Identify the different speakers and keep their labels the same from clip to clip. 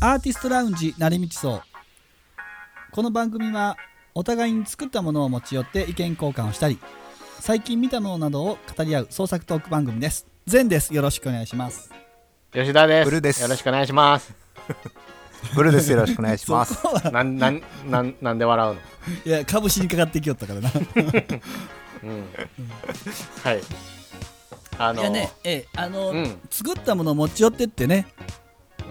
Speaker 1: アーティストラウンジ成道荘この番組はお互いに作ったものを持ち寄って意見交換をしたり最近見たものなどを語り合う創作トーク番組です善ですよろしくお願いします
Speaker 2: 吉田です。
Speaker 3: ブルーです
Speaker 2: よろしくお願いします。
Speaker 3: ブルーですよろしくお願いします。
Speaker 1: そこは
Speaker 2: なん、なん、なん、なんで笑う
Speaker 1: いや株式にかかってきよった からな
Speaker 2: の。うん。はい。あの
Speaker 1: いやねええあの、
Speaker 2: うん
Speaker 1: 作ったものを持ち寄ってってね、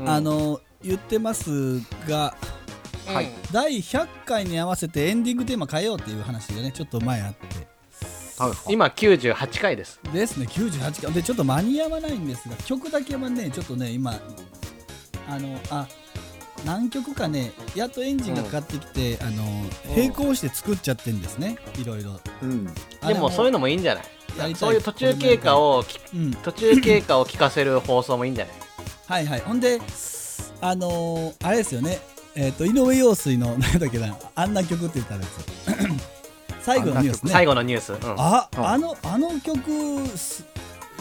Speaker 2: うん
Speaker 1: あの言ってますが
Speaker 2: うん
Speaker 3: はい
Speaker 1: 第100回に合わせてエンディングテーマ変えようっていう話がねちょっと前あって
Speaker 2: 今98回です。
Speaker 1: ですね98回でちょっと間に合わないんですが曲だけはねちょっとね今あのあ何曲かねやっとエンジンがかかってきて、あの並行して作っちゃってんですねいろいろ
Speaker 3: うん、
Speaker 1: あ
Speaker 2: で
Speaker 1: れ
Speaker 2: もそういうのもいいんじゃない
Speaker 1: やりた
Speaker 2: そういう途中経過をき、
Speaker 1: うん
Speaker 2: 途中経過を聞かせる放送もいいんじゃない
Speaker 1: はいはいほんであのーあれですよねえっ、と井上陽水の何だっけなあんな曲って言 ったやつ最後のニュースね
Speaker 2: 最後のニュース。うん
Speaker 1: あ、
Speaker 3: うん
Speaker 1: あのあの曲す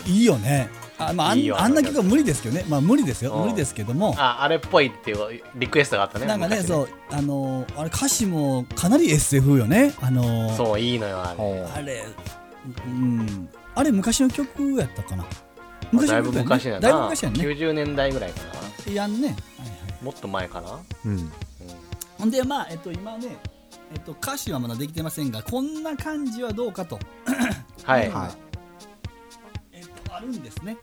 Speaker 1: いいよねあ,、まあ、あん
Speaker 2: いいよ
Speaker 1: あんな曲は無理ですけどねまあ無理ですよ
Speaker 2: うん
Speaker 1: 無理ですけども
Speaker 2: あ、あれっぽいっていうリクエストがあったね。
Speaker 1: なんかね
Speaker 2: 昔
Speaker 1: そうあのーあれ歌詞もかなり SF よねあのー
Speaker 2: そう、いいのよ、あれ。
Speaker 1: あれうんあれ昔の曲やったかな
Speaker 2: だい
Speaker 1: の
Speaker 2: ぶ
Speaker 1: 曲
Speaker 2: 昔だ
Speaker 1: ね
Speaker 2: な。
Speaker 1: だいぶ昔やんね
Speaker 2: 90年代ぐらいかな。
Speaker 1: やんね、はいはい
Speaker 2: もっと前かな。
Speaker 3: うん、
Speaker 1: ほんでまあえっと今ねえっと歌詞はまだできてませんがこんな感じはどうかと、
Speaker 2: はい。
Speaker 3: は
Speaker 1: えっと、あるんですね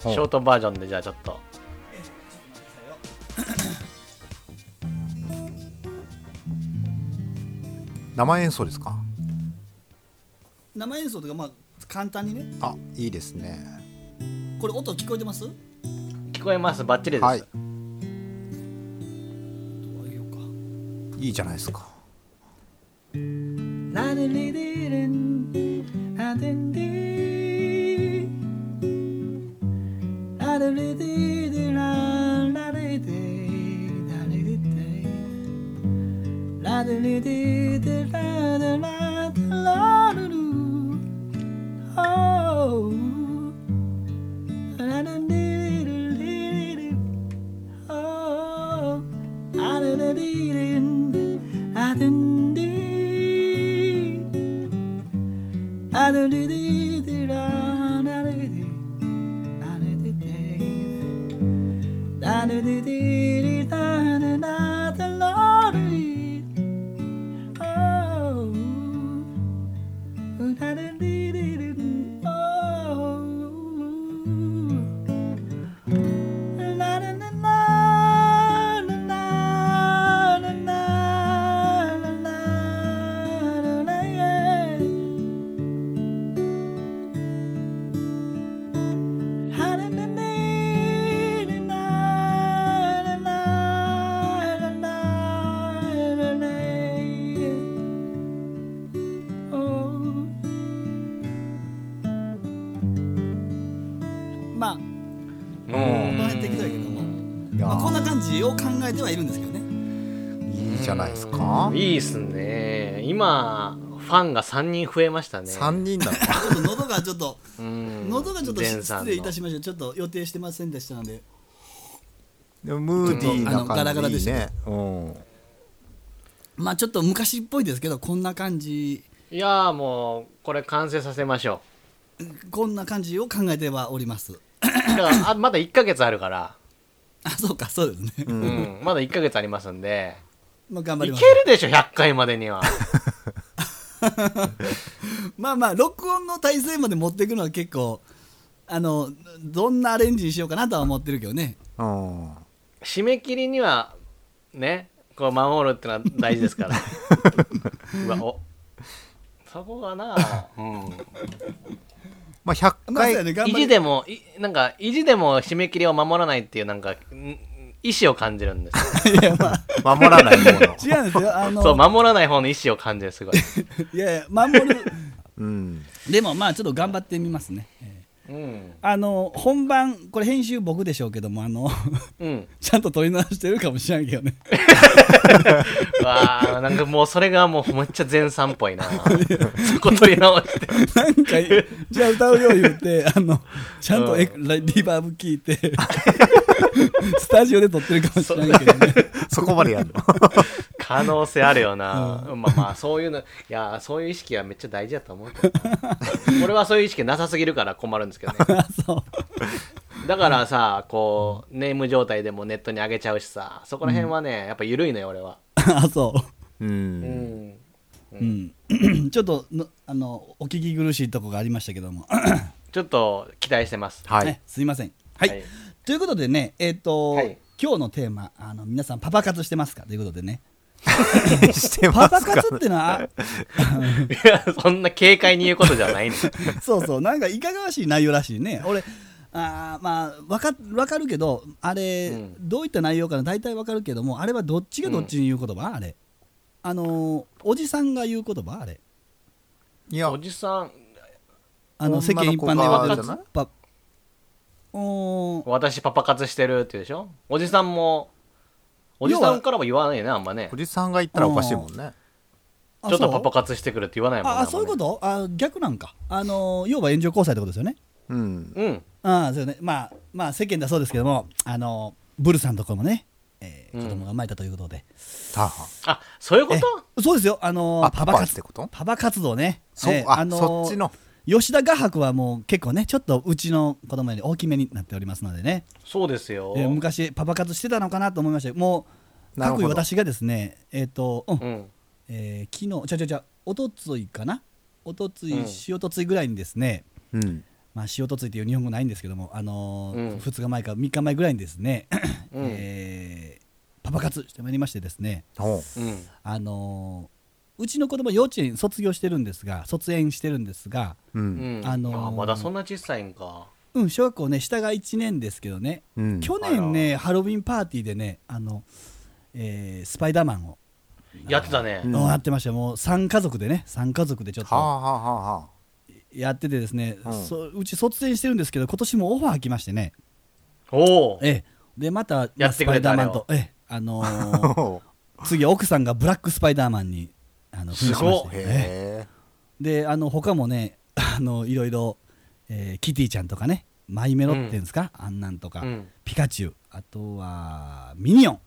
Speaker 2: ショートバージョンでじゃあちょっと。
Speaker 3: 生演奏ですか。
Speaker 1: 生演奏とかまあ簡単にね
Speaker 3: あ、いいですね。
Speaker 1: これ音聞こえてます
Speaker 2: 聞こえます。バッチリです。
Speaker 3: はい、
Speaker 1: あげようか
Speaker 3: いいじゃないですか。
Speaker 2: ラレレレレンアデンディアレレディデララレディラレディラレレディデラデラデラルルオ
Speaker 1: Oh.
Speaker 2: ーラレレレレレオーアレレレレンアデンディアドリディディランアレディアレディディダルディディリダルナダローリーオーダルディディリンオーララララララララララララ
Speaker 1: まあこの辺適当やけども、
Speaker 3: いや
Speaker 1: まあ、こんな感じを考えてはいるんですけどね
Speaker 3: いいじゃないですか。
Speaker 2: いいっすね今ファンが3人増えましたね
Speaker 3: 三人だ。
Speaker 1: ちょっと喉がちょっと
Speaker 2: うん
Speaker 1: 喉がちょっと
Speaker 2: ジェン
Speaker 1: 失
Speaker 2: さんの
Speaker 1: 礼いたしましたちょっと予定してませんでしたので
Speaker 3: でもムーディ
Speaker 1: ち
Speaker 3: ー
Speaker 1: ょっ
Speaker 3: な
Speaker 1: とあのガラガラ
Speaker 3: 感
Speaker 1: で
Speaker 3: じ
Speaker 1: し
Speaker 3: いい
Speaker 1: た
Speaker 3: ね。うん。
Speaker 1: まあちょっと昔っぽいですけどこんな感じ
Speaker 2: いやーもうこれ完成させましょ
Speaker 1: こんな感じを考えてはおります
Speaker 2: うだからあまだ1ヶ月あるから、
Speaker 1: あそうかそうですね、
Speaker 2: うんまだ1ヶ月ありますんで
Speaker 1: まあ頑張
Speaker 2: い
Speaker 1: り
Speaker 2: け
Speaker 1: ます
Speaker 2: るでしょ100回までには
Speaker 1: まあまあ録音の体制まで持っていくのは結構あのどんなアレンジにしようかなとは思ってるけどね
Speaker 3: うん。
Speaker 2: 締め切りにはねこう守るってのは大事ですからうわおそこがな、う
Speaker 3: まあ百
Speaker 1: まあそう
Speaker 3: 回
Speaker 1: やね
Speaker 2: ん、
Speaker 1: 頑
Speaker 2: 意
Speaker 1: 張り
Speaker 2: 地でもいなんか意地でも締め切りを守らないっていうなんかん意思を感じるんですよ
Speaker 1: いやまあ
Speaker 3: 守らないも
Speaker 1: 違
Speaker 3: の。
Speaker 1: うんですよあの
Speaker 2: そう、守らない方の意思を感じる、すごい。
Speaker 1: いやいや守る
Speaker 3: うん。
Speaker 1: でもまあちょっと頑張ってみますね、え
Speaker 2: ううん
Speaker 1: あの本番これ編集僕でしょうけどもあの
Speaker 2: うん
Speaker 1: ちゃんと撮り直してるかもしれんけどね
Speaker 2: わあなんかもうそれがもうめっちゃ前さんっぽいなそこ取り直して
Speaker 1: なんかじゃあ歌うよ言うてあのちゃんとエクラリバーブ聞いて スタジオで撮ってるかもしれんけどね
Speaker 3: そこまでやるの可
Speaker 2: 可能性あるよな、まあまあそういうのいやそういう意識はめっちゃ大事だと思うけど な俺はそういう意識なさすぎるから困るんですけどねだからさこうネーム状態でもネットに上げちゃうしさそこら辺はね、やっぱ緩いのよ俺は
Speaker 1: あそう
Speaker 2: うんん
Speaker 1: うん、 ちょっとのあのお聞き苦しいとこがありましたけども、
Speaker 2: ちょっと期待してます
Speaker 3: はい
Speaker 1: ねすいません、はい
Speaker 2: はい
Speaker 1: ということでねえっ、と、
Speaker 2: はい
Speaker 1: 今日のテーマあの皆さんパパ活してますかということでね
Speaker 3: してま
Speaker 1: パパ
Speaker 3: すか
Speaker 1: 活ってのは
Speaker 2: いやそんな軽快に言うことじゃ ないね
Speaker 1: そうそうなんかいかがわしい内容らしいね俺あーまあわかわかるけどあれ、
Speaker 2: うん
Speaker 1: どういった内容かな大体わかるけどもあれはどっちがどっちに言う言葉、あれあのーおじさんが言う言葉あれ
Speaker 3: いや
Speaker 2: おじさん
Speaker 1: あの世
Speaker 3: 女
Speaker 1: 間
Speaker 3: の
Speaker 1: 一
Speaker 3: 子
Speaker 1: 般でわか
Speaker 3: が
Speaker 1: る
Speaker 3: じゃない
Speaker 1: パおー
Speaker 2: 私パパ活してるって言うでしょおじさんもおじさんからも言わないねあんまね
Speaker 3: おじさんが言ったらおかしいもんね
Speaker 1: あ
Speaker 2: ちょっと
Speaker 1: そ
Speaker 2: パ
Speaker 1: う
Speaker 2: パ活してくるって言わないもんね
Speaker 1: ああそういうことあ逆なんかあの要は炎上交際ってことですよね
Speaker 3: うん
Speaker 2: うん
Speaker 1: ああそうよねまあまあ世間ではそうですけどもあのブルさんとかもね、えー
Speaker 2: うん
Speaker 1: 子供が生まれたということで、
Speaker 3: はは
Speaker 2: あそういうこ
Speaker 1: え
Speaker 2: と
Speaker 1: そうですよあの
Speaker 3: あ
Speaker 1: パパ
Speaker 3: パパっ
Speaker 1: 活
Speaker 3: てこと
Speaker 1: パパ活動ね
Speaker 3: そう
Speaker 1: えー
Speaker 3: あ
Speaker 1: の
Speaker 3: そっちの
Speaker 1: 吉田画伯はもう結構ねちょっとうちの子供より大きめになっておりますのでね、
Speaker 2: そうですよ、
Speaker 1: えー昔パパ活してたのかなと思いましたもう
Speaker 3: なる
Speaker 1: 各
Speaker 3: ほ
Speaker 1: 位
Speaker 3: ど
Speaker 1: 私がですねえっ、と、うん
Speaker 2: うん
Speaker 1: えー昨日ちゃうちゃうちゃうおとついかなおとつい、
Speaker 2: うん
Speaker 1: しおとついぐらいにですね、
Speaker 3: うん
Speaker 1: まあ、塩とついていう日本語ないんですけども、あのー
Speaker 2: うん
Speaker 1: 2日前か3日前ぐらいにですね、
Speaker 2: うん
Speaker 1: えーパパ活してまいりましてですね、
Speaker 3: ほう
Speaker 2: うん
Speaker 1: あのーうちの子供幼稚園卒業してるんですが卒園してるんですが、
Speaker 3: う
Speaker 2: うんん
Speaker 1: あのー
Speaker 2: あまだそんな小さいんか
Speaker 1: うん、小学校ね下が1年ですけどね、
Speaker 3: うん
Speaker 1: 去年ねハロウィンパーティーでねあの、えースパイダーマンを、
Speaker 2: やってたね
Speaker 3: うん
Speaker 1: やってましたよもう3家族でね3家族でちょっ
Speaker 3: はあ
Speaker 1: と
Speaker 3: はあはあはあ
Speaker 1: やっててですね、
Speaker 3: うん
Speaker 1: そうち卒園してるんですけど今年もオファー来ましてね、
Speaker 2: おお
Speaker 1: ええ、でまた、まあ、
Speaker 2: やって
Speaker 1: ス
Speaker 2: く
Speaker 1: パ
Speaker 2: れ
Speaker 1: イダー
Speaker 2: たあれ
Speaker 1: マ
Speaker 2: を
Speaker 1: ンと、ええあのー
Speaker 3: ほ
Speaker 1: 次奥さんがブラックスパイダーマンにあの
Speaker 2: す
Speaker 1: 扮し
Speaker 2: ご
Speaker 1: ま
Speaker 2: い
Speaker 1: して
Speaker 3: う
Speaker 1: ええ
Speaker 3: へえ
Speaker 1: であの他もね あのいろいろ、えーキティちゃんとかねマイメロっていうんですか、あんなんとか、
Speaker 2: うん
Speaker 1: ピカチュウあとはミニオン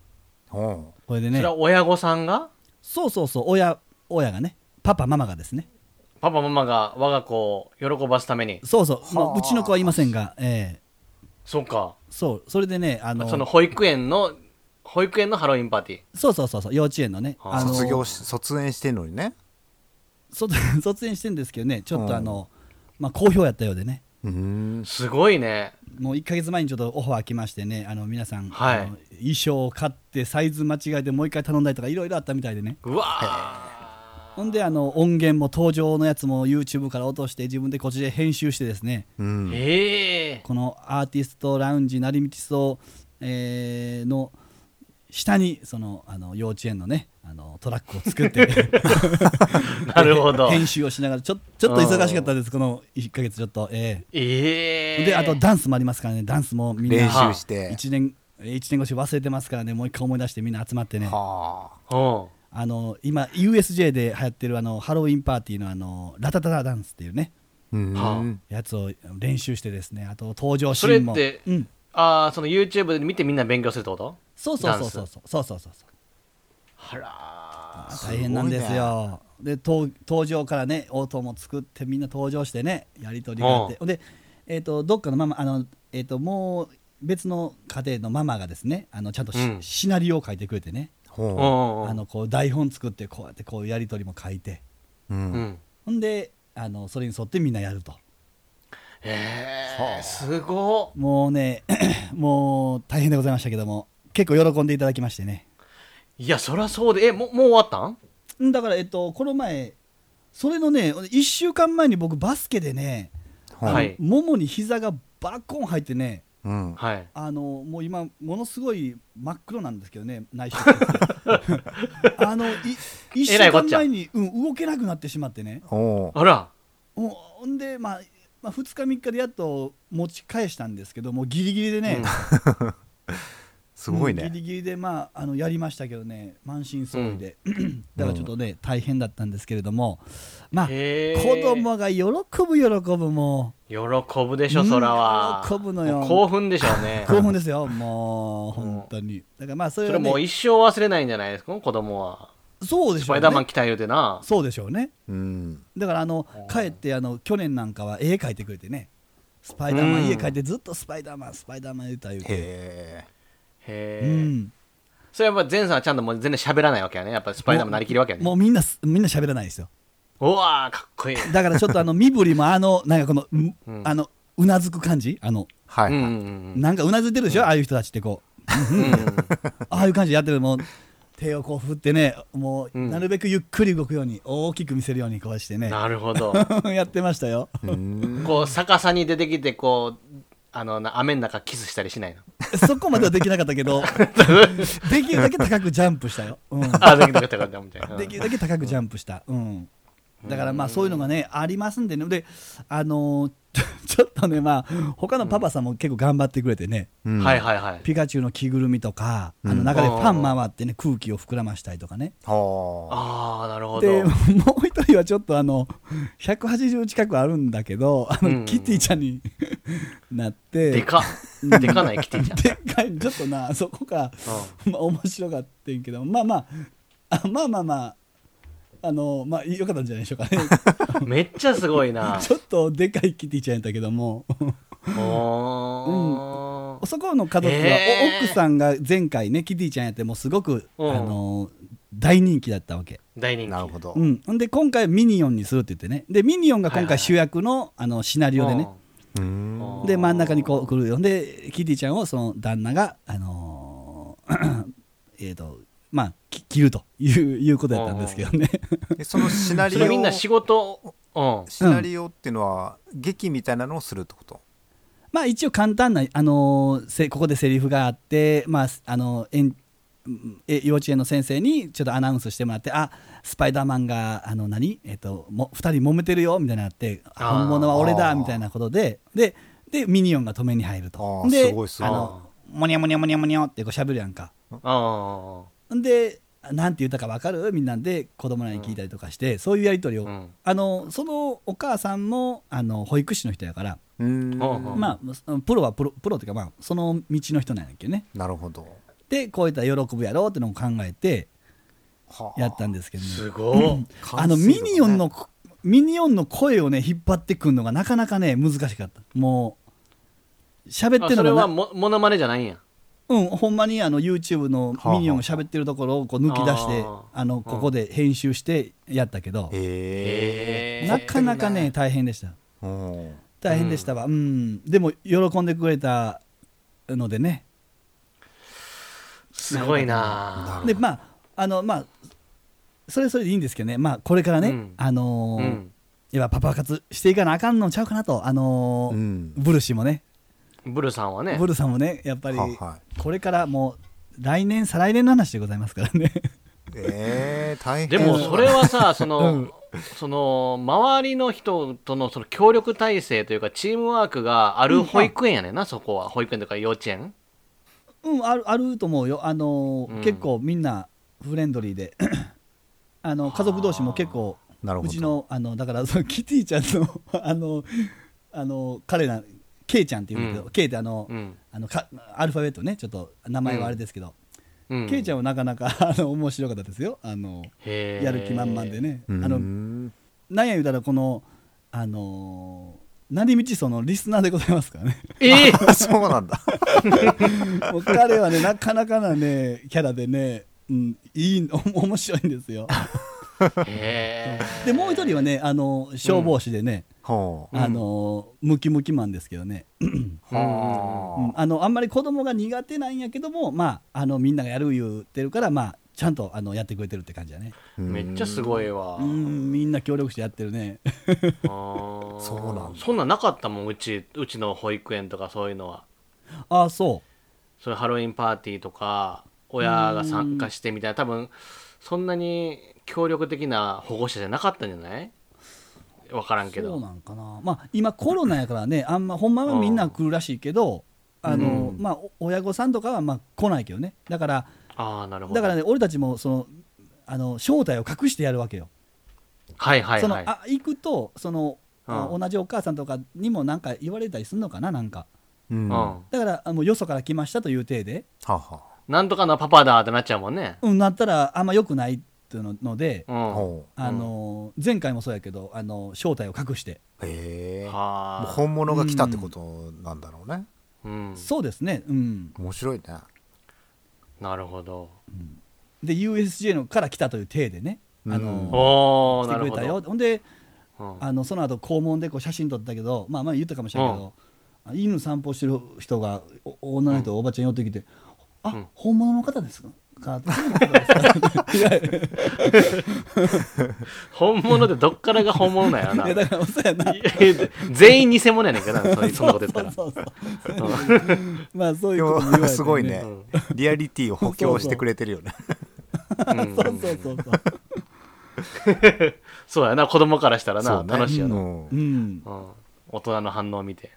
Speaker 3: ほう
Speaker 1: これで
Speaker 2: そ
Speaker 1: ね
Speaker 2: れは親御さんが
Speaker 1: そうそうそう親親がねパパママがですね
Speaker 2: パパママが我が子を喜ばすために
Speaker 1: そうそう、まあ
Speaker 3: はあ
Speaker 1: うちの子はいませんが、ええ
Speaker 2: そうか
Speaker 1: そうそれでねあの
Speaker 2: その保育園の保育園のハロウィンパーティー
Speaker 1: そうそうそうそう幼稚園のね、
Speaker 2: はあ
Speaker 1: あの
Speaker 3: 卒業し卒園してんのにね
Speaker 1: 卒 卒園してんですけどねちょっ
Speaker 3: う
Speaker 1: と
Speaker 3: ん
Speaker 1: あの、まあ好評やったようでね
Speaker 3: うん
Speaker 2: すごいね
Speaker 1: もう1か月前にちょっとオファー来ましてねあの皆さん、
Speaker 2: はい
Speaker 1: あの衣装を買ってサイズ間違えてもう一回頼んだりとかいろいろあったみたいでね
Speaker 2: うわ
Speaker 1: ほんであの音源も登場のやつも YouTube から落として自分でこっちで編集してですね
Speaker 3: うん
Speaker 2: ええ
Speaker 1: このアーティストラウンジ成道荘、えーの下にそのあの幼稚園のねあのトラックを作って
Speaker 2: なるほど
Speaker 1: 編集をしながらちょちょっと忙しかったですこの1か月ちょっとええ
Speaker 2: ええ
Speaker 1: であとダンスもありますからねダンスもみん
Speaker 3: 練
Speaker 1: な
Speaker 3: 習して
Speaker 1: 1年一年越し忘れてますからねもう一回思い出してみんな集まってね
Speaker 3: はあ
Speaker 2: うん
Speaker 1: あの今 USJ で流行ってるあのハロウィンパーティーのあのラタタタダンスっていうね
Speaker 3: うん
Speaker 2: は
Speaker 1: やつを練習してですねあと登場シ
Speaker 2: それ
Speaker 1: ーンも
Speaker 2: って、
Speaker 1: うん、
Speaker 2: ああその YouTube で見てみんな勉強するってこと
Speaker 1: そうそうそうそうそうそうそうそう
Speaker 2: あら
Speaker 1: あ
Speaker 3: すごい
Speaker 1: 大
Speaker 3: ね
Speaker 1: 変なんですよで登登場からね応答も作ってみんな登場してねやり取りがあってで、えー、とどっかのママあの、えー、ともう別の家庭のママがですねあのちゃんとし
Speaker 2: うん
Speaker 1: シナリオを書いてくれてね、
Speaker 2: ー
Speaker 3: ほ
Speaker 2: うん
Speaker 1: あのこう台本作ってこうやってこうやり取りも書いて
Speaker 3: うう
Speaker 2: うんん
Speaker 1: ほんであのそれに沿ってみんなやると
Speaker 2: え
Speaker 3: は
Speaker 2: え
Speaker 3: あ
Speaker 2: すごっ
Speaker 1: もうね もう大変でございましたけども結構喜んでいただきましてね
Speaker 2: いやそりゃそうでえももう終わったん
Speaker 1: んだからえっとこの前それのね1週間前に僕バスケでね
Speaker 3: ほう
Speaker 2: はい
Speaker 1: ももに膝がバコン入ってね
Speaker 3: うん
Speaker 2: はい
Speaker 1: あのもう今ものすごい真っ黒なんですけどね内緒 あのい1週
Speaker 2: えらいこっ
Speaker 1: 間
Speaker 2: ちゃ
Speaker 1: 前に、うん、動けなくなってしまってね
Speaker 3: ほう
Speaker 2: あら
Speaker 1: ほんでまあまあ、2日3日でやっと持ち返したんですけどもうギリギリでね、
Speaker 3: すごいね、
Speaker 1: うんギリギリで、まあ、あのやりましたけどね満身創痍で、だからちょっとね、大変だったんですけれどもまあ
Speaker 2: へ ー
Speaker 1: 子供が喜ぶ喜ぶも
Speaker 2: 喜ぶでしょ、そらは。
Speaker 1: うん喜ぶのよ
Speaker 2: もう興奮でしょうね
Speaker 1: う。 興奮です よもう本当にだからまあそれ
Speaker 2: そ
Speaker 1: は、
Speaker 2: れ
Speaker 1: ね、
Speaker 2: もう一生忘れないんじゃないですか、子供は。
Speaker 1: そうでし
Speaker 2: ス
Speaker 1: ょ
Speaker 2: パ
Speaker 1: う
Speaker 2: イダーマン
Speaker 1: ね
Speaker 2: 来た言うてな。
Speaker 1: そうでしょうね
Speaker 3: うん、
Speaker 1: だからあの帰ってあの去年なんかは絵描いてくれてねスパイダーマン
Speaker 2: うん
Speaker 1: 家帰ってずっとスパイダーマンスパイダーマン言うた言うて
Speaker 3: へえ
Speaker 2: へ
Speaker 1: う
Speaker 2: え、
Speaker 1: ん
Speaker 2: それやっぱ前さんはちゃんともう全然喋らないわけやね。やっぱスパイダーマンなりきるわけや
Speaker 1: も
Speaker 2: ね。
Speaker 1: うみんなすみんな喋らないですよ
Speaker 2: うわー、かっこいい。
Speaker 1: だからちょっ とあの身振りもあのなんかこの、うん
Speaker 2: うん
Speaker 1: あのうなずく感じあの
Speaker 3: は
Speaker 2: うん
Speaker 3: い、
Speaker 2: う
Speaker 3: はい
Speaker 2: ん
Speaker 1: なんかうなずいてるでしょ、ああいう人たちってこ
Speaker 2: うん。うん
Speaker 1: うああいう感じでやってるもう手をこう振ってねもう
Speaker 2: うん
Speaker 1: なるべくゆっくり動くように大きく見せるようにこう してね
Speaker 2: なるほど。
Speaker 1: やってましたよ
Speaker 3: うん
Speaker 2: こう逆さに出てきて、こう、あの、な雨の中キスしたり しないの。
Speaker 1: そこまではできなかったけどできるだけ高くジャンプしたよ、うん、
Speaker 2: あ、できたかったかったみたいな。
Speaker 1: できるだけ高くジャンプした、うん、だからまあそういうのがねありますんでねであのー ちょっとねまあ他のパパさんも結構頑張ってくれてね、
Speaker 3: うん
Speaker 2: はいはいはい。
Speaker 1: ピカチュウの着ぐるみとか、あ
Speaker 3: う
Speaker 1: の
Speaker 3: ん
Speaker 1: 中でファン回ってね空気を膨らましたりとかね
Speaker 3: ほう
Speaker 2: ああ、なるほど。
Speaker 1: でもう一人はちょっとあの180近くあるんだけどあの、
Speaker 2: うん
Speaker 1: キティちゃん になって
Speaker 2: でか
Speaker 1: う
Speaker 2: っ。
Speaker 1: ん
Speaker 2: でかないキティちゃん。
Speaker 1: でっかいちょっとなそこが、まあ、面白かったんけどまあまああまあまあまああのまあよかったんじゃないでしょうか ね
Speaker 2: うんめっちゃすご いな。
Speaker 1: ちょっとでかいキティちゃんやったけども
Speaker 2: おー
Speaker 1: そこの家族は、
Speaker 2: へー
Speaker 1: お奥さんが前回ねキティちゃんやってもうすごく、
Speaker 2: うん
Speaker 1: あの大人気だったわけ、
Speaker 2: 大人気。
Speaker 3: なるほど、
Speaker 1: うん、ほんで今回ミニオンにするって言ってねでミニオンが今
Speaker 2: はいはい
Speaker 1: 回主役の,、あのシナリオでね
Speaker 3: う
Speaker 2: うんん。
Speaker 1: で真ん中にこう来るよでキティちゃんをその旦那があのー えっとまあき着るといういうことやったんですけどね
Speaker 3: でそのシナリ
Speaker 2: それ
Speaker 3: オ
Speaker 2: みんな仕事、うん。
Speaker 3: シナリオっていうのは劇みたいなのをするってこと、
Speaker 1: まあ一応簡単な、あのーせここでセリフがあって、まああのえんえ幼稚園の先生にちょっとアナウンスしてもらってあスパイダーマンがあの何、えっとも2人揉めてるよみたいになのあって
Speaker 2: あー
Speaker 1: 本物は俺
Speaker 3: あ
Speaker 1: だ
Speaker 3: ー
Speaker 1: みたいなことでででミニオンが止めに入ると
Speaker 3: あー
Speaker 1: です
Speaker 3: ごいすご
Speaker 1: あ
Speaker 3: い
Speaker 1: のモニャモニャモニャモニャってこう喋るやんか
Speaker 2: あ
Speaker 1: んでなんて言ったか分かるみんなで子供らに聞いたりとかして、そういうやり取りを、
Speaker 2: うん
Speaker 1: あのそのお母さんもあの保育士の人やから、
Speaker 3: うん
Speaker 2: ほうほう
Speaker 1: まあそのプロはプロプロというか、まあ、その道の人なんやけどね
Speaker 3: なるほど
Speaker 1: でこういったら喜ぶやろうってのを考えて
Speaker 3: はあ
Speaker 1: やったんですけど
Speaker 2: あ。
Speaker 1: ね
Speaker 2: すごい。
Speaker 1: あのミニオンの、ミニオンの声をね引っ張ってくるのがなかなかね難しかったもう喋っ
Speaker 2: あ
Speaker 1: てる
Speaker 2: それ
Speaker 1: の
Speaker 2: は
Speaker 1: がな
Speaker 2: もモノマネじゃないんや。
Speaker 1: うんほんまにあの YouTube のミニオンが喋ってるところをこう抜き出して
Speaker 2: あー
Speaker 1: あのここで編集してやったけど、
Speaker 3: へえ
Speaker 1: なかなかね大変でした
Speaker 3: うん
Speaker 1: 大変でしたわうん、でも喜んでくれたのでね
Speaker 2: すごい
Speaker 3: な
Speaker 2: な。
Speaker 3: る
Speaker 1: でまああのまあそれはそれでいいんですけどね、まあ、これからね、
Speaker 2: うん
Speaker 1: あの
Speaker 2: う
Speaker 1: ー
Speaker 2: ん。
Speaker 1: やっぱパパ活していかなあかんのちゃうかなと、あのー
Speaker 3: うん
Speaker 1: ブルシもね
Speaker 2: ブルさんはね
Speaker 1: ブ。ルさんもねやっぱり
Speaker 3: はは
Speaker 1: これからもう来年再来年の話でございますからね
Speaker 3: いええ大変
Speaker 2: でもそれは さ、その、その、周りの人とのその協力体制というか、チームワークがある保育園やねんな、そこは。保育園とか幼稚園。
Speaker 1: うんあるあると思うよ、あのー
Speaker 2: うん
Speaker 1: 結構みんなフレンドリーで あの家族同士も結構
Speaker 3: なるほ
Speaker 1: う
Speaker 3: ど
Speaker 1: ちのあのだからそのキティちゃんの あのあの彼らケイちゃんっていうんだけど、
Speaker 2: う
Speaker 1: ケイってあの、
Speaker 2: うん。
Speaker 1: あのかアルファベットねちょっと名前はあれですけど、
Speaker 2: うん。
Speaker 1: ケイちゃんはなか なかあの面白かったですよあの
Speaker 2: へー
Speaker 1: やる気満々で。ね、
Speaker 3: うん
Speaker 1: あのなんや言うたらこのあのー何道そのリスナーでございますからね
Speaker 2: ええ
Speaker 3: あそうなんだ
Speaker 1: もう彼はねなかなかなねキャラでね、うん、い いお面白いんですよ
Speaker 2: へー
Speaker 1: でもう一人はねあの消防士でね、
Speaker 3: ほう
Speaker 1: あのームキムキマンですけどね、うん
Speaker 3: は
Speaker 1: あのあんまり子供が苦手なんやけども、まあ、あのみんながやる言ってるから、まあ、ちゃんとあのやってくれてるって感じだね
Speaker 3: あ
Speaker 2: めっちゃすごいわ。
Speaker 1: うんみんな協力してやってるね
Speaker 2: あー
Speaker 3: そうなんだ
Speaker 2: そんなんなかったもん、うち、うちの保育園とかそういうのは。
Speaker 1: ああそ
Speaker 2: そういうハロウィンパーティーとか親が参加してみたいな多分そんなに協力的な保護者じゃなかったんじゃない、
Speaker 1: う
Speaker 2: 分からんけ
Speaker 1: そう
Speaker 2: ど
Speaker 1: なんかな、まあ、今コロナやからねあんまほんまはみんな来るらしいけど、あの
Speaker 3: うん
Speaker 1: まあ、お親御さんとかはまあ来ないけどねだから
Speaker 2: ああなるほど
Speaker 1: だからね俺たちもそのあの正体を隠してやるわけよ、
Speaker 2: はいはい
Speaker 1: その
Speaker 2: はい
Speaker 1: あ行くとその、あ
Speaker 2: うん
Speaker 1: 同じお母さんとかにもなんか言われたりするのかななんか
Speaker 3: うん
Speaker 2: う
Speaker 3: は
Speaker 2: ん
Speaker 1: だからあもうよそから来ましたという体で、
Speaker 3: あは
Speaker 2: なんとかのパパだってなっちゃうもんね
Speaker 1: うん、なったらあんま良くないっていうので、
Speaker 2: う
Speaker 3: あ
Speaker 2: ん
Speaker 3: ほ
Speaker 1: あの前回もそうやけどあの正体を隠して
Speaker 3: うへえもう
Speaker 2: はあ
Speaker 3: 本物が来たってことなんだろうね
Speaker 2: うん
Speaker 1: そうですねうん
Speaker 3: 面白いね
Speaker 2: なるほど
Speaker 1: で USJ のから来たという体でねあ
Speaker 3: うん
Speaker 1: の、
Speaker 2: おお
Speaker 1: 来て
Speaker 2: な
Speaker 1: く
Speaker 2: る
Speaker 1: れ
Speaker 2: ほ
Speaker 1: た
Speaker 2: ど
Speaker 1: よほんで
Speaker 2: うん
Speaker 1: あのその後校門でこう写真撮ったけどまあまあ言ったかもしれないけど、犬散歩してる人がお女の人おばちゃん寄ってきて「あ、
Speaker 2: うん
Speaker 1: 本物の方ですか?」本物の方 ですかい
Speaker 2: 本物でどっからが本物なんやろ
Speaker 1: や
Speaker 2: な
Speaker 1: や
Speaker 2: い
Speaker 1: だからそうやな
Speaker 2: 全員偽物やねんけどなそいそんなこと言った ら
Speaker 1: そうそう
Speaker 2: うん
Speaker 1: まあそうい
Speaker 3: で
Speaker 1: うことも言われて
Speaker 3: も
Speaker 1: ね
Speaker 3: すごいね
Speaker 2: うん
Speaker 3: リアリティを補強してくれてるよね
Speaker 2: うん
Speaker 1: そうそうそうそう
Speaker 2: そうやな子供からしたら
Speaker 3: そ
Speaker 2: な
Speaker 3: うね
Speaker 2: 楽しいや
Speaker 3: う
Speaker 2: ろ
Speaker 3: ん
Speaker 1: うん
Speaker 2: うん大人の反応を見て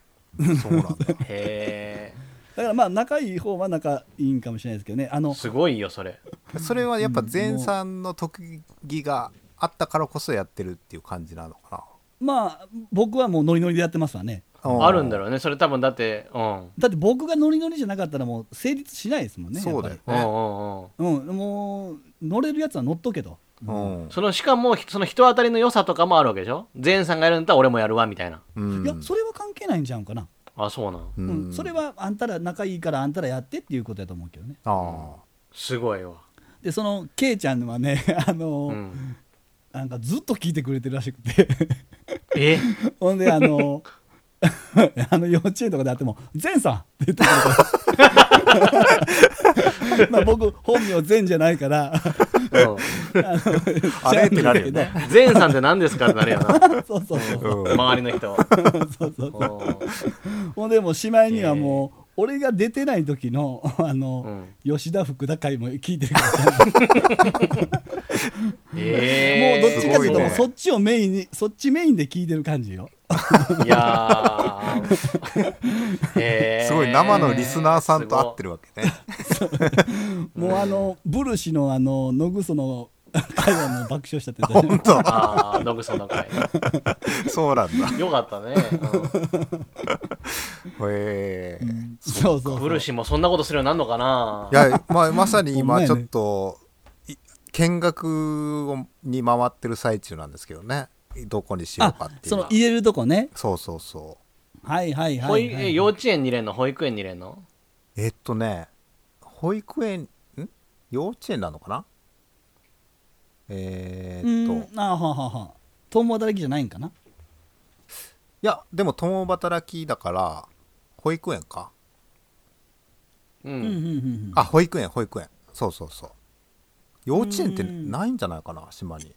Speaker 3: そうなんだ
Speaker 2: へ
Speaker 1: だからまあ仲いい方は仲いいんかもしれないですけどねあ
Speaker 2: え
Speaker 1: の
Speaker 2: すごいよそれ
Speaker 3: それはやっぱ前さんの特技があったからこそやってるっていう感じなのか
Speaker 1: まあ僕はもうノリノリでやってますわね
Speaker 3: な
Speaker 2: あるんだ
Speaker 3: ろ
Speaker 2: ろうねそれ多分だってうん
Speaker 1: だって僕がノリノリじゃなかったらもう成立しないですもんね
Speaker 3: そうだよ
Speaker 2: うんう
Speaker 3: ね
Speaker 1: やっ
Speaker 2: んうん
Speaker 1: ぱりうんもう乗れるやつは乗っとけと
Speaker 3: うん
Speaker 2: そのしかもその人当たりの良さとかもあるわけでしょ前さんがやるんだったら俺もやるわみたいな
Speaker 3: うん
Speaker 1: いやそれは関係ないんちゃうんかな、
Speaker 2: あそうなん
Speaker 3: う
Speaker 1: うん
Speaker 3: ん
Speaker 1: それはあんたら仲いいからあんたらやってっていうことやと思うけどね
Speaker 3: あ
Speaker 2: すごいわ
Speaker 1: でそのケイちゃんはね あの、
Speaker 2: うん
Speaker 1: なんかずっと聞いてくれてるらしくて
Speaker 2: え
Speaker 1: ほんであの あの幼稚園とかであっても「善さん!」って言ってくれて まあ僕本名善じゃないからあ
Speaker 3: ああれってなるよね
Speaker 2: 前さんって何ですかってなるよな
Speaker 1: そうそうそう
Speaker 3: うん
Speaker 2: 周りの人
Speaker 1: そうそう
Speaker 2: う
Speaker 1: ほんでもうしまいにはもう、俺が出てない時のあの、吉田福田会も聞いてるから、
Speaker 2: んええ
Speaker 1: もうどっちかというともう
Speaker 3: す
Speaker 1: そ
Speaker 3: ご
Speaker 1: っちをメインに、そっちメインで聞いてる感じよ
Speaker 2: いや ーへー
Speaker 3: すごい生のリスナーさんと会ってるわけね
Speaker 1: もうあの、ブルシのあの野ぐその会話も爆笑したって言って
Speaker 3: 本当
Speaker 2: すごいああノグソの回
Speaker 3: そうなんだへ
Speaker 2: よかったね、、
Speaker 3: え
Speaker 1: そうそううんそ
Speaker 2: ブ
Speaker 1: う
Speaker 2: ルシもそんなことするようになるのかない
Speaker 3: や、まあ、まさに
Speaker 1: ほんま
Speaker 3: 今
Speaker 1: や
Speaker 3: ち
Speaker 1: ね
Speaker 3: ょっとい見学をに回ってる最中なんですけどねどこにしよう
Speaker 1: あ
Speaker 3: かっていう
Speaker 1: そ
Speaker 3: の
Speaker 1: の
Speaker 3: は
Speaker 1: 入れるとこね
Speaker 3: そうそうそう
Speaker 1: はいはい
Speaker 2: 保
Speaker 1: は
Speaker 2: 育
Speaker 1: い、はい、
Speaker 2: 幼稚園に入れんの保育園に入れんの
Speaker 3: えっとね保育園ん幼稚園なのかなえーっと、
Speaker 1: う
Speaker 3: い
Speaker 1: んあははは共働きじゃないんかな
Speaker 3: やでも共働きだから保育園か、
Speaker 2: う
Speaker 1: うんうんうん
Speaker 2: ん、
Speaker 1: うん
Speaker 3: あ保育園保育園そうそうそう幼稚園って
Speaker 1: うん
Speaker 3: ないんじゃないかな島に
Speaker 1: へ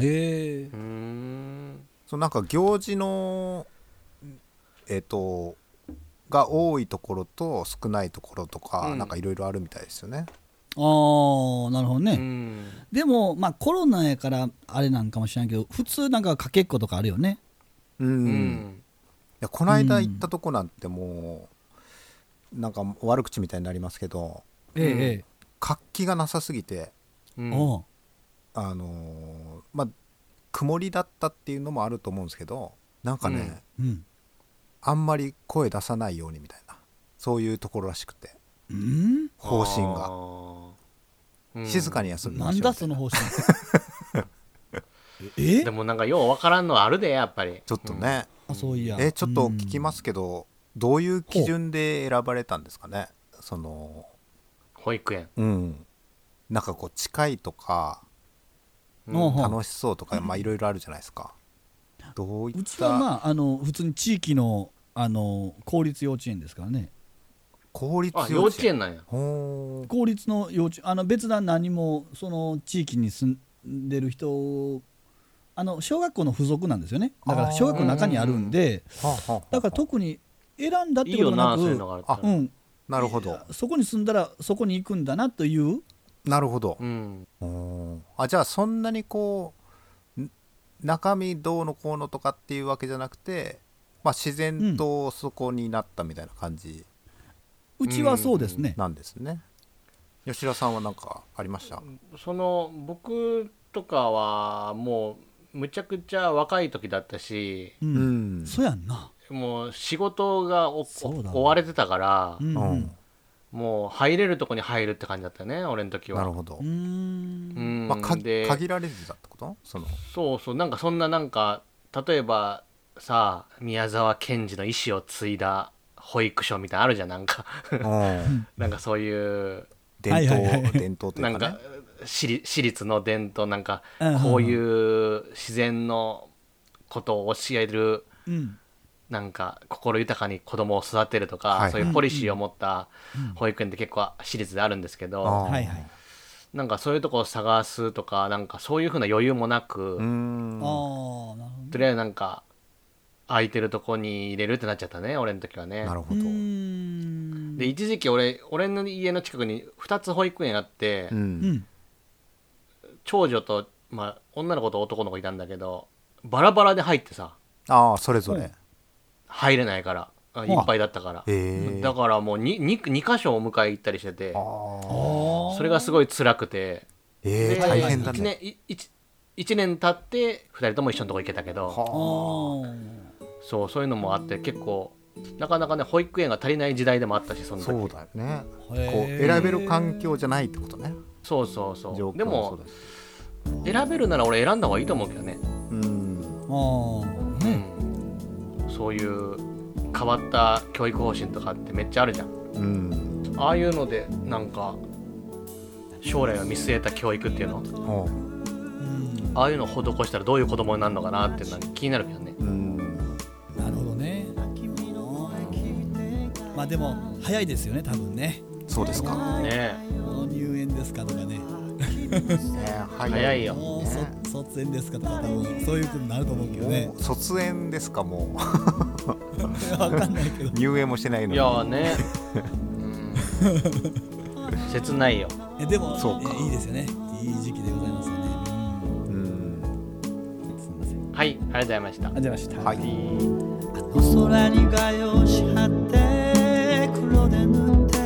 Speaker 1: え
Speaker 2: うーん、
Speaker 3: そうなんか行事のんえっとが多いところと少ないところとか、
Speaker 2: うん
Speaker 3: なんかいろいろあるみたいですよね
Speaker 1: ああなるほどね、
Speaker 2: うん、
Speaker 1: でもまあコロナやからあれなんかもしれないけど普通なんかかけっことかあるよね
Speaker 3: うん、
Speaker 2: う
Speaker 3: い
Speaker 2: ん、
Speaker 3: やこの間行ったとこなんてもう、なんか悪口みたいになりますけど
Speaker 2: え
Speaker 3: 活気がなさすぎて
Speaker 2: うん、
Speaker 1: おう
Speaker 3: あのーまあ曇りだったっていうのもあると思うんですけどなんかね、
Speaker 2: うん
Speaker 1: うん
Speaker 3: あんまり声出さないようにみたいなそういうところらしくて
Speaker 1: うん
Speaker 3: 方針が、
Speaker 2: が
Speaker 3: 静かに休み
Speaker 1: な
Speaker 3: ま
Speaker 1: ん
Speaker 3: しょう
Speaker 1: だ
Speaker 3: みた
Speaker 1: そ
Speaker 3: い
Speaker 1: の
Speaker 3: な
Speaker 1: 方針え
Speaker 2: でもなんかようわからんのあるでやっぱり
Speaker 3: ちょっと、ね、
Speaker 1: あそういや
Speaker 3: えちょっと聞きますけど、どういう基準で選ばれたんですかねその
Speaker 2: うん保育園
Speaker 3: うんなんかこう近いとか
Speaker 1: うんおうほう
Speaker 3: 楽しそうとかまあいろいろあるじゃないですかどういっ
Speaker 1: うちは
Speaker 3: た
Speaker 1: まああの普通に地域のあの公立幼稚園ですからね
Speaker 3: 公立
Speaker 2: あ幼稚園なんや
Speaker 3: ほー
Speaker 1: 公立の幼稚あの別段何もその地域に住んでる人あの小学校の付属なんですよねだから
Speaker 3: あー
Speaker 1: 小学校の中にあるんで
Speaker 3: はあはあはあ
Speaker 1: だから特に選んだって
Speaker 2: いい
Speaker 1: ことは
Speaker 2: よ
Speaker 1: な
Speaker 2: な
Speaker 1: く
Speaker 2: そういうのがある
Speaker 3: あ
Speaker 2: と
Speaker 1: うん、
Speaker 3: なるほど
Speaker 1: そこに住んだらそこに行くんだなという
Speaker 3: なるほど
Speaker 2: う、ん
Speaker 3: おーあじゃあそんなにこう中身どうのこうのとかっていうわけじゃなくて、まあ、自然とそこになったみたいな感じ
Speaker 1: うちはそうですね。
Speaker 3: なんですね、吉田さんは何かありました
Speaker 2: その僕とかはもうむちゃくちゃ若い時だったし
Speaker 1: う。
Speaker 3: うんん
Speaker 1: そうやんな。
Speaker 2: もう仕事がお
Speaker 1: そうだ
Speaker 2: 追われてたから、
Speaker 1: うん。うん
Speaker 2: もう入れるとこに入るって感じだったね俺の時は
Speaker 3: なるほど
Speaker 1: う、。
Speaker 2: うんん
Speaker 3: まあ、か
Speaker 2: で
Speaker 3: 限られてたってことその
Speaker 2: そうそうなんかそんななんか例えばさ宮沢賢治の意思を継いだ保育所みたいなのあるじゃんなんか
Speaker 3: うん
Speaker 2: なんかそういう
Speaker 1: は
Speaker 3: 伝
Speaker 1: いはいはい
Speaker 3: 統伝統と
Speaker 2: ない
Speaker 3: うん
Speaker 2: か
Speaker 3: かね
Speaker 2: 私立私立の伝統なんか
Speaker 1: うん
Speaker 2: こういう自然のことを教える
Speaker 1: うん。
Speaker 2: なんか心豊かに子供を育てるとか、
Speaker 3: はい
Speaker 2: そういうポリシーを持った保育園って結構私立であるんですけ
Speaker 3: あ
Speaker 2: ど、
Speaker 3: ー
Speaker 1: はいはい。
Speaker 2: なんかそういうとこを探すとかなんかそういうふうな余裕もなく、
Speaker 3: うー
Speaker 1: ああ、な
Speaker 3: ん
Speaker 1: るほどね。
Speaker 2: とりあえずなんか空いてるとこに入れるってなっちゃったね俺の時はね
Speaker 3: なるほど
Speaker 1: うーん
Speaker 2: で一時期俺俺の家の近くに2つ保育園あって、
Speaker 3: うん
Speaker 1: うん。
Speaker 2: 長女と、まあ、女の子と男の子いたんだけどバラバラで入ってさ
Speaker 3: ああそれぞ
Speaker 1: うん
Speaker 3: れ
Speaker 2: 入れないからあい
Speaker 1: あ
Speaker 2: っぱいだったから、
Speaker 3: ええ
Speaker 2: だからもう 2, 2, 箇所お迎え行ったりしてて
Speaker 3: あー
Speaker 1: あ
Speaker 2: それがすごい辛くて、
Speaker 3: ええ
Speaker 2: で
Speaker 3: 大変だ
Speaker 2: 1
Speaker 3: ね
Speaker 2: 年 1, 年経って2人とも一緒のとこ行けたけど
Speaker 1: あ。ああ。
Speaker 2: そうそういうのもあって結構なかなかね保育園が足りない時代でもあったしその時
Speaker 3: そうだよねこう
Speaker 1: へー
Speaker 3: 選べる環境じゃないってことね
Speaker 2: そうそうそう
Speaker 3: 状況
Speaker 2: で
Speaker 3: もそう
Speaker 2: も
Speaker 3: だし
Speaker 2: 選べるなら俺選んだ方がいいと思うけどね、
Speaker 3: うん
Speaker 1: ああ、ね、
Speaker 2: うんそういう変わった教育方針とかってめっちゃあるじゃん
Speaker 3: うん
Speaker 2: ああいうのでなんか将来を見据えた教育っていうの
Speaker 3: おう
Speaker 1: うん、
Speaker 2: ああいうのを施したらどういう子供になるのかなっていうのは気になるけどね
Speaker 3: うん
Speaker 1: なるほどね。まあでも早いですよね、多分ね。
Speaker 3: そうですか
Speaker 2: ね
Speaker 1: もう入園ですかとかね、
Speaker 3: ね
Speaker 2: 早いよ
Speaker 1: もうそ卒園ですかとか多分そういうことになると思うけどね
Speaker 3: も。う卒園ですかも
Speaker 1: わかんないけど
Speaker 3: う。入園もしてない
Speaker 2: え
Speaker 3: の
Speaker 2: い
Speaker 3: に
Speaker 2: や ーね、うん、切ないよ
Speaker 1: えでも
Speaker 3: そうか
Speaker 1: えいいですよね。いい時期でございますよね。
Speaker 3: う
Speaker 1: う
Speaker 3: ん
Speaker 1: ん、すみません。
Speaker 2: はいありがとうございました
Speaker 1: ありがとうございました。
Speaker 3: はい
Speaker 4: お空に画用し張って黒で塗って